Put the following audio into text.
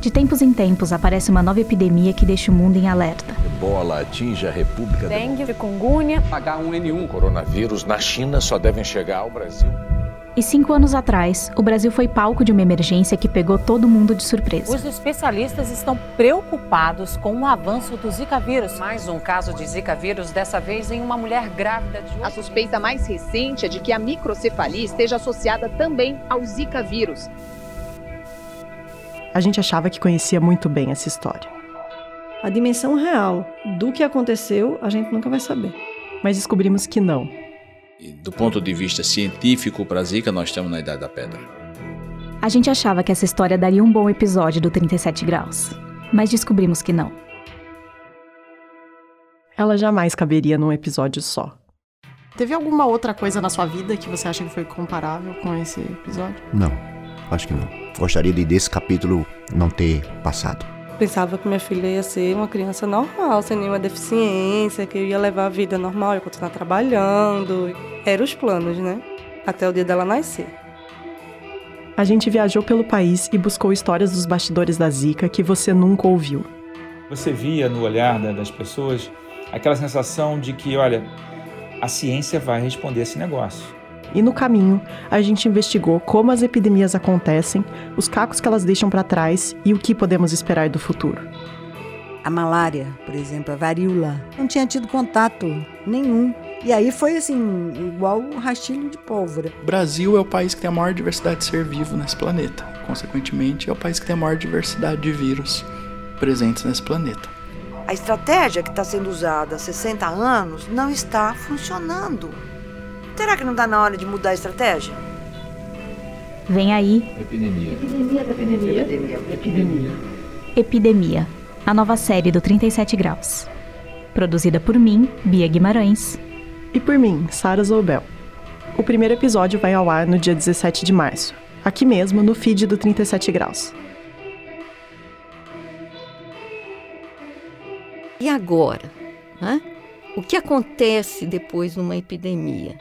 De tempos em tempos aparece uma nova epidemia que deixa o mundo em alerta. Ebola atinge a República Dengue, chikungunya, H1N1, coronavírus na China só devem chegar ao Brasil. E cinco anos atrás, o Brasil foi palco de uma emergência que pegou todo mundo de surpresa. Os especialistas estão preocupados com o avanço do Zika vírus. Mais um caso de Zika vírus, dessa vez em uma mulher grávida de A suspeita mais recente é de que a microcefalia esteja associada também ao Zika vírus. A gente achava que conhecia muito bem essa história, A dimensão real do que aconteceu, a gente nunca vai saber. mas descobrimos que não. E do ponto de vista científico para a Zika, nós estamos na Idade da Pedra. A gente achava que essa história daria um bom episódio do 37 Graus, mas descobrimos que não. Ela jamais caberia num episódio só. Teve alguma outra coisa na sua vida que você acha que foi comparável com esse episódio? Não, acho que não. Gostaria de desse capítulo não ter passado. Pensava que minha filha ia ser uma criança normal, sem nenhuma deficiência, que eu ia levar a vida normal, ia continuar trabalhando. Eram os planos, né? Até o dia dela nascer. A gente viajou pelo país e buscou histórias dos bastidores da Zika que você nunca ouviu. Você via no olhar da- das pessoas aquela sensação de que, olha, a ciência vai responder esse negócio. E no caminho, a gente investigou como as epidemias acontecem, os cacos que elas deixam pra trás e o que podemos esperar do futuro. a malária, por exemplo, a varíola. Não tinha tido contato nenhum. E aí foi assim, igual um rastilho de pólvora. O Brasil é o país que tem a maior diversidade de ser vivo nesse planeta. Consequentemente, é o país que tem a maior diversidade de vírus presentes nesse planeta. A estratégia que está sendo usada há 60 anos não está funcionando. Será que não está na hora de mudar a estratégia? Vem aí, Epidemia. Epidemia, a nova série do 37 Graus. Produzida por mim, Bia Guimarães. E por mim, Sara Zoubel. O primeiro episódio vai ao ar no dia 17 de março, aqui mesmo no feed do 37 Graus. E agora? Hã? O que acontece depois de uma epidemia?